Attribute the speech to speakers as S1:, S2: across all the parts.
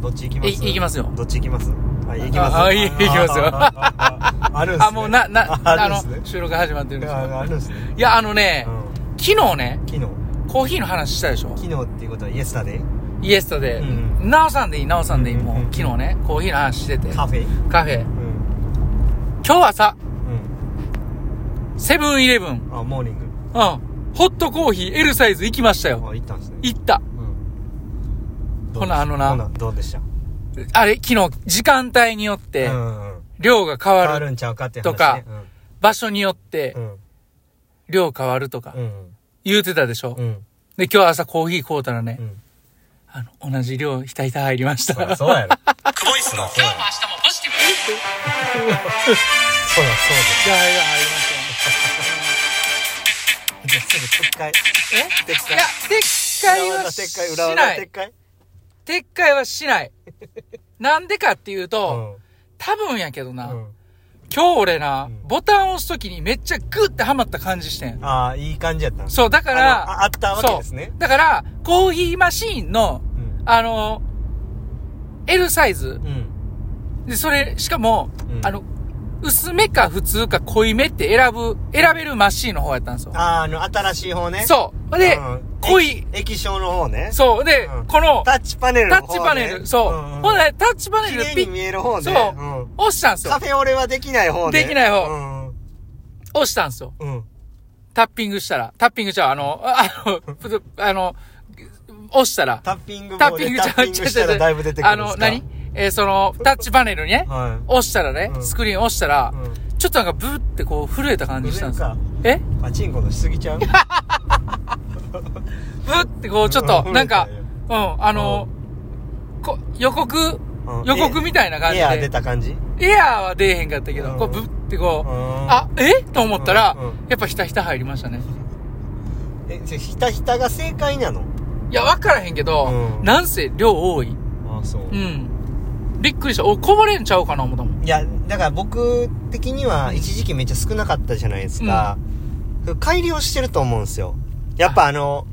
S1: どっち行きま
S2: え、
S1: す
S2: いきますよ。
S1: どっち行きますはい、行きます
S2: ああいいいきますよ
S1: ああああるんすね
S2: あ、もうな、な、
S1: あ
S2: あ
S1: るんすね
S2: の、収録始まってるんです
S1: ああるんすね
S2: いや、あのね
S1: う、ん
S2: 昨日ね、
S1: 昨日
S2: コーヒーの話したでしょ
S1: 昨日っていうことはイエスタデイ
S2: イエスタで
S1: う、
S2: なおさんでいい、なおさんでいい、も
S1: うん
S2: う、昨日ね、コーヒーの話してて、
S1: カフェ
S2: カフェ。
S1: うん
S2: 今日はさ、
S1: うん
S2: セブンイレブン、うん、
S1: あモーニング
S2: ホットコーヒー L サイズ行きましたよ。
S1: あ行ったんですね
S2: 行った。
S1: うん
S2: ほなあのな
S1: ほなどうでした
S2: あれ、昨日、時間帯によって
S1: う、んうんうん
S2: 量が変
S1: 変
S2: わ
S1: わ
S2: る。
S1: るんちゃうかって話
S2: とか
S1: ね
S2: 場所によって
S1: う、ん
S2: 量変わるとか
S1: う、ん
S2: 言うてたでしょ
S1: うんうん
S2: で、今日朝コーヒー買うたらね
S1: う、ん
S2: あの、同じ量、ひたひた入りました。
S1: そりゃそうやろ
S2: ボイス
S1: の
S2: 今日も明日もポジティブ
S1: そりゃそうです
S2: じゃあ、入り
S1: じ
S2: ま
S1: ゃあすぐ撤回
S2: すよ。え
S1: 撤
S2: い
S1: 回
S2: や、撤回はし
S1: 撤回裏
S2: な
S1: 技
S2: い
S1: 撤。回
S2: 撤回はしない。なんでかっていう
S1: う
S2: と、
S1: ん
S2: 多分やけどな、
S1: うん
S2: 今日俺な、
S1: うん
S2: ボタン押すときにめっちゃグッてハマった感じしてん。
S1: ああいい感じやったん
S2: そう、だか
S1: あ
S2: ら、
S1: のああったわけですね
S2: そうだから、コーヒーマシーンの、
S1: うん
S2: あの、L サイズ。
S1: うん
S2: で、それ、しかも、
S1: うん
S2: あの、薄めか普通か濃いめって選ぶ、選べるマシーンの方やったんですよ。
S1: あーあの新しい方ね
S2: そう。で、
S1: うん
S2: 濃い、
S1: 液液晶の方ね
S2: そう。で、
S1: うん
S2: この、
S1: タッチパネル
S2: タ
S1: の
S2: ッ
S1: 方、ね、
S2: チパネル、そう。
S1: んん
S2: ほんで、タッチパネ
S1: 綺
S2: ル
S1: 麗
S2: ピ
S1: に
S2: ッ、
S1: 見える方ね
S2: そう
S1: うん
S2: 押したんですよ
S1: カ。フェオレはできない方ね
S2: できない方
S1: うん
S2: 押したんですよ。
S1: うん
S2: タッピングしたら。タッピングちゃう、あの、あ あの、ぷあの、押したら。
S1: タッピング
S2: タ
S1: 棒
S2: ッピ
S1: で
S2: ング
S1: タ
S2: ちゃ
S1: ッ
S2: う、
S1: ピン
S2: ち
S1: グ
S2: ゃう
S1: した
S2: ちゃ
S1: ら
S2: う
S1: だいぶ出てくる
S2: あ
S1: んです
S2: の、
S1: か
S2: 何えーその、タッチパネルにね、
S1: は
S2: 押したらね
S1: う、ん
S2: スクリーン押したら
S1: う、ん
S2: ちょっとなんかブーってこう震えた感じしたんですよ
S1: 震。
S2: え
S1: いパチンコのしすぎ ちゃう
S2: ブーってこうちょっと、
S1: うん
S2: なんか、
S1: 震
S2: うん、あの、こ予告、
S1: うん
S2: 予告みたいな感じ
S1: エアー出
S2: で、
S1: た感じ
S2: エアーは出えへんかったけど
S1: う、ん
S2: こうブーってこう、
S1: あ
S2: あ、えと思ったら
S1: うんうん、
S2: やっぱひたひた入りましたね。
S1: えじゃあひたひたが正解なの
S2: いや、わからへんけど
S1: う、ん
S2: なんせ量多い。
S1: あそう
S2: うん。びっくりした。お、こぼれんちゃうかな思ったもん。
S1: いやだから僕的には一時期めっちゃ少なかったじゃないですか、改良してると思うんですよやっぱあの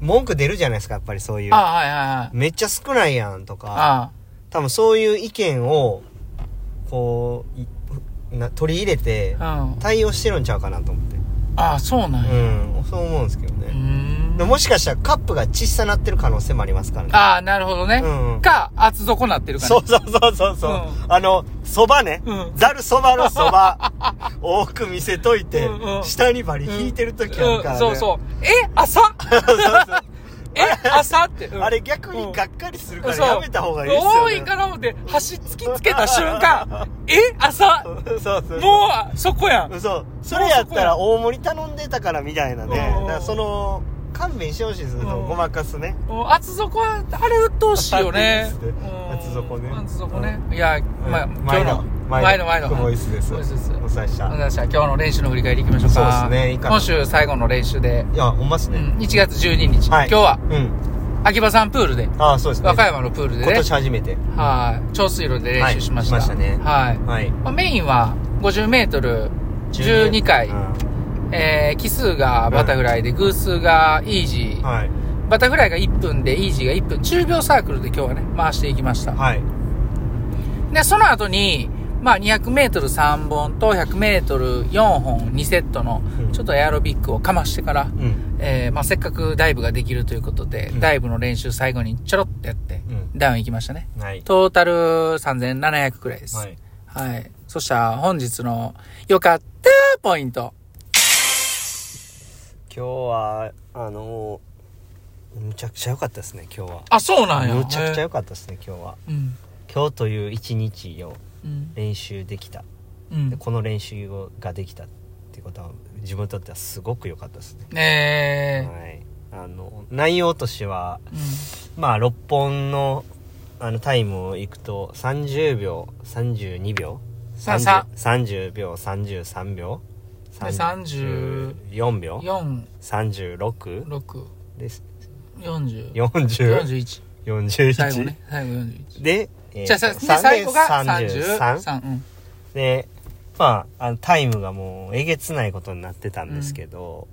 S1: 文句出るじゃないですかやっぱりそういう
S2: ああ、はいはいはい。
S1: めっちゃ少ないやんとか
S2: あ
S1: 多分そういう意見をこういな取り入れて
S2: あ、うん。
S1: 対応してるんちゃうかなと思って
S2: ああ、そうなん
S1: う
S2: や。
S1: んそう思うんですけど
S2: うー
S1: ね、
S2: ん
S1: で。もしかしたらカップが小さなってる可能性もありますからね
S2: ああ、なるほどね
S1: うんう。ん
S2: か、厚底なってるから
S1: そう。そうそうそうそう、
S2: う
S1: あのそばね
S2: うん
S1: ざるそばのそ ば多く見せといて、
S2: うんうん
S1: 下にバリ
S2: うん
S1: 引いてる時あるから、ね
S2: うんそうそう。え、朝え、朝って。うん
S1: あれ逆にがっかりするから
S2: そう
S1: やめた方がいいですよ、
S2: 多
S1: ね、
S2: いかな思って、端突きつけた瞬 間、え、朝も
S1: そうそうそう
S2: う、あそこやん。
S1: そうそれやったら大盛り頼んでたからみたいなね
S2: うんうん
S1: だからその勘弁してほしいですね
S2: うん
S1: そのごまかすね
S2: もう厚底は、あれ鬱陶しいよね
S1: 厚いですね。厚底ね
S2: うん厚底ね。いや、まあ、
S1: うん
S2: 今日の、前
S1: 前
S2: の
S1: の
S2: 前の。
S1: クボイスです
S2: クボイスです
S1: お伝えした
S2: わかりました今日の練習の振り返りいきましょうか。
S1: そうですねいいかな
S2: 今週最後の練習で、
S1: いやほんまっす
S2: う
S1: ね、
S2: ん、1月12日、
S1: はい
S2: 今日は
S1: うん
S2: 秋葉さんプールで、
S1: ああそうですね
S2: 和歌山のプールで
S1: 今
S2: ね、
S1: 年初めて
S2: はい、長水路で練習しました。
S1: はいしましたね
S2: はい。
S1: はい
S2: まあ、メインは50メートル12回、
S1: うん
S2: えー奇数がバタフライで、偶数がイージー、
S1: はい
S2: バタフライが1分で、イージーが1分、10秒サークルで今日はね、回していきました。
S1: はい
S2: で、その後に、まあ、200メートル3本と100メートル4本2セットの
S1: うん、
S2: ちょっとエアロビックをかましてから、
S1: うん
S2: えーまあ、せっかくダイブができるということで、
S1: うん
S2: ダイブの練習最後にちょろっとやって、
S1: うん
S2: ダウン行きましたね。
S1: はい
S2: トータル3700くらいです。
S1: は
S2: はい。
S1: い
S2: そしたら本日の良かったポイント。
S1: 今日はあのむちゃくちゃ良かったですね今日は
S2: あ、そうなんや。
S1: むちゃくちゃ
S2: へー
S1: 良かったですね今日は
S2: うん。
S1: 今日という一日を
S2: うん。
S1: 練習できた
S2: うん
S1: で。この練習をができたっていうことは自分にとってはすごく良かったですね
S2: え
S1: はいあの内容としては
S2: ー。うん
S1: まあ6本のあのタイムをいくと30秒32秒
S2: さ
S1: 30
S2: さ
S1: 30秒33秒
S2: 30
S1: 34秒
S2: 4、
S1: 36
S2: 6、
S1: です
S2: 40、
S1: 4041
S2: 41。最後ね。最後41。
S1: で、えー
S2: じゃあさ、で、
S1: 3
S2: 最後が
S1: 33
S2: 33。うん。
S1: でまああのタイムがもうえげつないことになってたんですけど、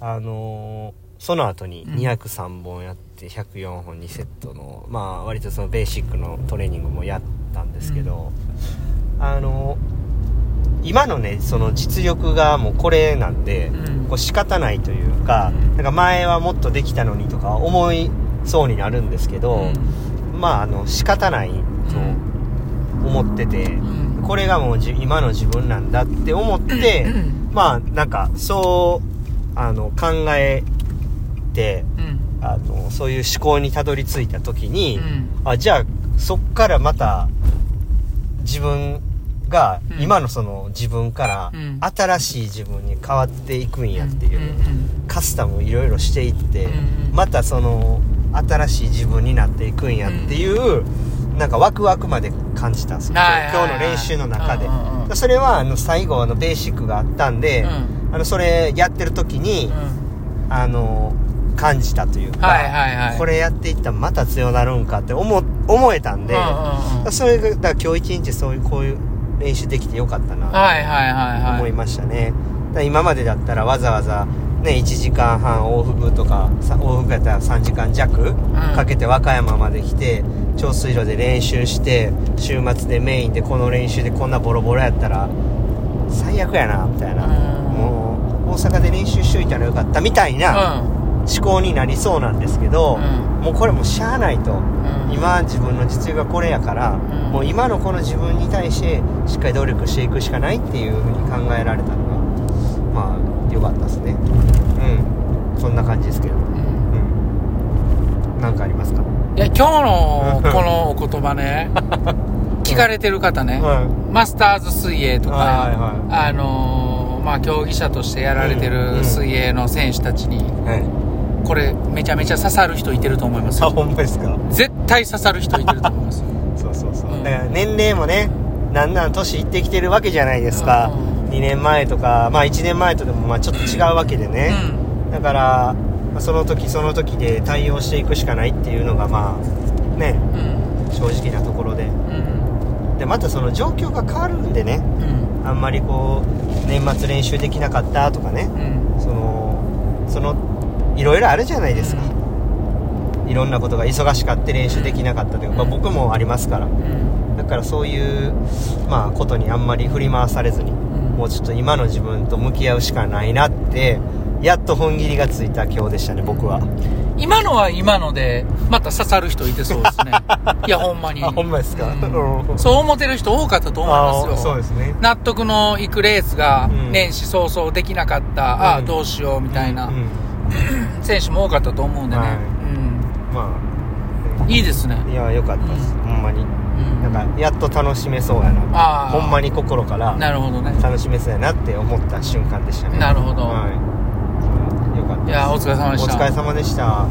S1: あのーその後に
S2: うん
S1: 203本やって、て104本2セットのまあ割とそのベーシックのトレーニングもやったんですけど、あの今のねその実力がもうこれなんで、
S2: うん
S1: こう仕方ないというか
S2: うん
S1: なんか前はもっとできたのにとか思いそうになるんですけど、まああの仕方ないと思ってて、
S2: うん
S1: これがもうじ今の自分なんだって思って、
S2: うん
S1: まあなんかそうあの考えて
S2: うん
S1: あのそういう思考にたどり着いた時に、
S2: うん
S1: あじゃあそっからまた自分が、
S2: うん
S1: 今のその自分から、
S2: うん
S1: 新しい自分に変わっていくんやっていう、
S2: んん
S1: カスタムいろいろしていって、
S2: うんうん
S1: またその新しい自分になっていくんやっていう、なんかワクワクまで感じたんですよ今日
S2: はいはい
S1: 今日の練習の中で、
S2: うんうんうん
S1: それはあの最後あのベーシックがあったんで、あのそれやってる時に、
S2: うんうん
S1: あの感じたというか、
S2: はいはいはい
S1: これやっていったらまた強なるんかって思思えたんで、
S2: うんうんうん
S1: それがだから今日一日そういうこういう練習できてよかったな
S2: はいはいはいはい
S1: 思いましたね、だから今までだったらわざわざね1時間半往復とかさ往復やったら3時間弱かけて和歌山まで来て長水路で練習して週末でメインでこの練習でこんなボロボロやったら最悪やなみたいな、
S2: うん
S1: もう大阪で練習しといたらよかったみたいな思考になりそうなんですけど、
S2: うん
S1: もうこれもうしゃあないと、
S2: うん
S1: 今自分の実力がこれやから、もう今のこの自分に対してしっかり努力していくしかないっていうふうに考えられたのがまあ良かったですねうんそんな感じですけど
S2: うんうん
S1: うんなんかありますか
S2: いや、今日のこのお言 葉ね、聞かれてる方ね、
S1: は
S2: マスターズ水泳とか、
S1: はいはい
S2: あのーまあ、競技者としてやられて
S1: うんう
S2: る
S1: ん
S2: 水泳の選手たちに、
S1: いはい
S2: これ、めちゃめちゃ刺さる人いてると思います
S1: あ
S2: よ。
S1: ほんまですか
S2: 絶対刺さる人いてると思いますよ。
S1: そうそうそう、
S2: うん
S1: だから年齢もねなんなん年いってきてるわけじゃないですか、
S2: うん
S1: 2年前とかまあ1年前とでもまあちょっと違うわけでね、だからまあその時その時で対応していくしかないっていうのがまあね
S2: うん。うん。
S1: 正直なところで
S2: うん。
S1: でまたその状況が変わるんでね
S2: うん。
S1: あんまりこう年末練習できなかったとかね
S2: うん。
S1: そのそのいろいろあるじゃないですかいろんなことが忙しかって練習できなかったというか、まあ、僕もありますから
S2: うん。
S1: だからそういうまあことにあんまり振り回されずにもうちょっと今の自分と向き合うしかないなってやっと本切りがついた今日でしたね僕は。
S2: 今のは今ので、また刺さる人いてそうですね。いや、ほんまに。
S1: あほんまですか
S2: うん
S1: うん
S2: そう思ってる人多かったと思いますよ。
S1: あそうですね
S2: 納得のいくレースが
S1: うん
S2: 年始早々できなかった、ああどうしようみたいな
S1: うん
S2: 選手も多かったと思うんでね、
S1: はい
S2: い
S1: ま
S2: うん、いいですね
S1: あ、いや良かったです、ほんまに
S2: うん、
S1: なんかやっと楽しめそうやな
S2: あー
S1: ほんまに心から
S2: なるほどね
S1: 楽しめそうやなって思った瞬間でしたね
S2: なるほど
S1: はいよかった
S2: い
S1: です
S2: やお疲れ様で
S1: お
S2: した
S1: 疲れ様でした
S2: ま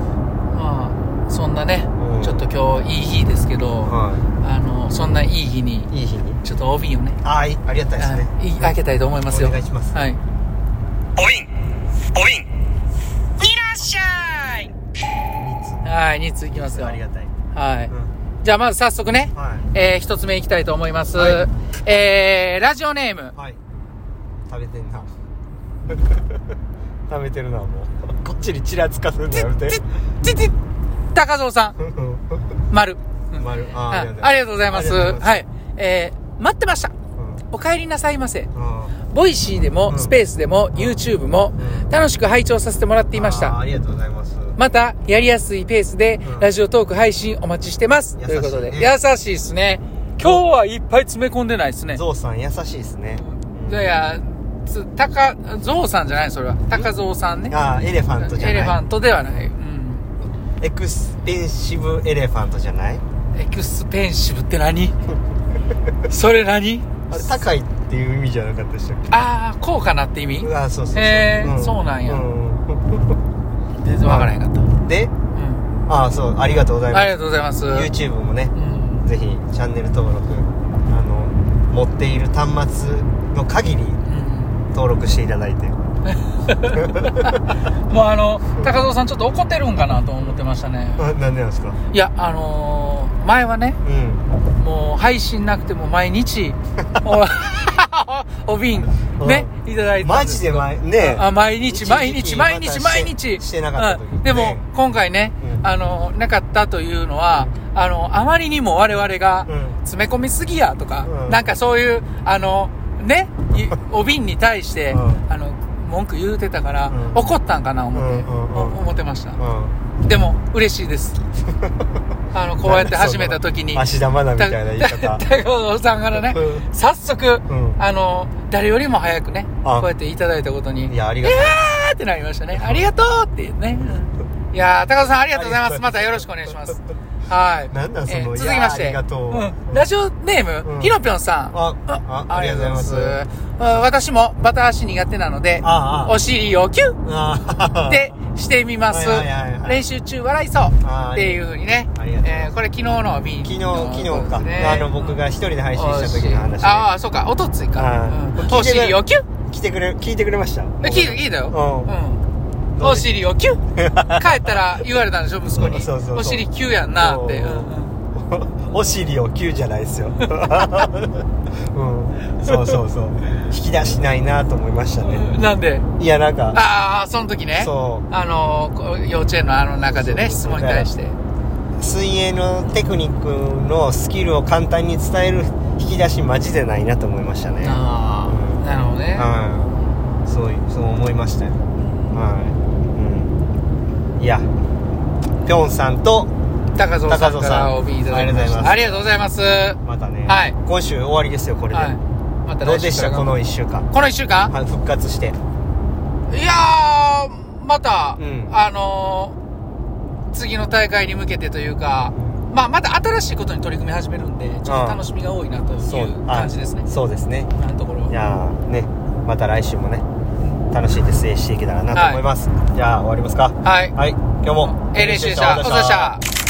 S2: あ、そんなね、
S1: うん
S2: ちょっと今日いい日ですけど、
S1: は
S2: あのそんないい日に
S1: いいい日に
S2: ちょっと OB をね
S1: ああいありがたいですね
S2: あい開けたいと思いますよ
S1: お願いします
S2: はい
S1: ボインボイン
S2: いらっしゃいはい2通いきますよ
S1: ありがたい、
S2: はい、
S1: うん
S2: じゃあまず早速ね、
S1: はい
S2: えー、一つ目いきたいと思います、
S1: は
S2: えー、ラジオネーム
S1: はい食べてんな 食べてるなもうこっちにちらつかせるのやめて
S2: ちち高蔵さん、丸。
S1: 丸
S2: あ
S1: あ
S2: ありがとうございます。はいい。えー、待ってました。お帰りなさいませ。
S1: あ
S2: ボイシーで
S1: う
S2: も、
S1: ん
S2: スペースでも、YouTube も
S1: うん、
S2: 楽しく拝聴させてもらっていまし
S1: あーあ
S2: た。
S1: りがとうございます。
S2: また、やりやすいペースで
S1: う、ん
S2: ラジオトーク配信お待ちしてます。
S1: 優しい
S2: ということで。
S1: ね
S2: 優しいですね。今日はいっぱい詰め込んでないですね。
S1: ゾウさん優しいですね。
S2: いやいや、つ、たか、ゾウさんじゃない、それは。高蔵さんね。
S1: ああ、エレファントじゃ
S2: エレファ
S1: な
S2: ントではない。う
S1: い。
S2: ん。
S1: エクスペンシブエレファントじゃない
S2: エクスペンシブっ て何それ何
S1: あれ、高いっていう意味じゃなかったでしたっ
S2: ああ、高価なって意味
S1: けああ、そうそうそう。
S2: へーそうなんや全然わからへんかった。
S1: で、
S2: うん。
S1: ああ、そう、ありがとうござい
S2: あり
S1: ま
S2: がとうございます。
S1: す。YouTube もね
S2: う、ん。
S1: ぜひチャンネル登録、あの、持っている端末の限り
S2: うん
S1: 登録していただいて。
S2: もうあの、高蔵さんちょっと怒ってるんかなと思ってましたね。
S1: あなんでなんですか
S2: いや、あのー前はね、
S1: うん。
S2: もう配信なくても毎日、もうお 瓶
S1: うん
S2: ね、いただいてた
S1: マ
S2: んです
S1: ジ
S2: け
S1: で
S2: ど
S1: 前ね
S2: あ毎日
S1: 一時期
S2: 毎日毎日
S1: また
S2: 毎
S1: して
S2: 日
S1: してなかった時
S2: うんでも
S1: ね
S2: 今回ね、
S1: うん
S2: あのなかったというのは、あのあまりにも我々が
S1: うん
S2: 詰め込みすぎやとか、
S1: うん
S2: なんかそういうあのね いお瓶に対して、
S1: うん
S2: あの文句言うてたから、
S1: うん
S2: 怒ったんかな思って、
S1: うんうんうん
S2: お思ってました、
S1: う
S2: でも嬉しいです あのこうやって始めた時に
S1: ん芦田愛菜みたいな言い 方
S2: 高尾さんからね、
S1: う
S2: 早速、
S1: ん
S2: あの誰よりも早くねこ
S1: あ
S2: うやっていただいたことに
S1: いやありがとう
S2: あーってなりましたね。ありがとうっていうね。いやー、高田さんありがとうございます。またよろしくお願いします。はい。
S1: なんなんその
S2: えー
S1: いやー
S2: 続きまして。
S1: ありがとう
S2: うんラジオネーム、
S1: うん
S2: ひのぴょんさん。
S1: ああありがとうございます
S2: ありがとうございますうん私もバタ足苦手なので、
S1: ああ
S2: お尻をキュッ
S1: あ
S2: てしてみます
S1: はいはいはいは。い
S2: 練習中笑いそう
S1: あー
S2: っていうふうにね。
S1: ありがとうございます
S2: えーこれ昨日の瓶
S1: 昨日昨日か、あの僕が一人で配信した時の話で
S2: ああ、そうか。おとついか
S1: はい。
S2: うん
S1: 聞
S2: お
S1: いてくれ
S2: 尻をキュッ
S1: 来てくれ聞いてくれました
S2: え聞いた聞いたよ
S1: う
S2: うんんお尻をキュッ 帰ったら言われたんでしょ息子に
S1: そうそうそう
S2: お尻キュッやんなって
S1: そう
S2: うん
S1: お尻を9じゃないですよ、 うん、そうそうそう引き出しないなと思いましたね
S2: うんなんで
S1: いやなんか
S2: ああその時ね
S1: そう
S2: あのこう幼稚園のあの中で
S1: そ
S2: ね質
S1: うそう
S2: 問に対して
S1: 水泳のテクニックのスキルを簡単に伝える引き出しマジでないなと思いましたね
S2: ああなるほどね
S1: はいそうそう思いましたよはい、うん、いやぴょんさんと
S2: 高蔵さん
S1: 高蔵さ
S2: か
S1: ん
S2: らお瓶いただきました
S1: あ
S2: ありがとうございますは
S1: またね、
S2: はい
S1: 今週終わりですよこれで、
S2: いまた
S1: どう
S2: 来
S1: で
S2: 週
S1: し
S2: か
S1: た
S2: ら
S1: この1週間
S2: この1週間
S1: はい復活して
S2: いやーまた
S1: うん
S2: あのー次の大会に向けてというかまあ、また新しいことに取り組み始めるんで、ちょっと楽しみが多いなという
S1: あ
S2: 感じですね。
S1: そうですね
S2: 今のところ
S1: い
S2: は。
S1: やーねまた来週もね楽しいで制していけたらなと思います、じゃあ終わりますか
S2: はい。
S1: はい今日も
S2: えー練習でした。お疲れ様でした。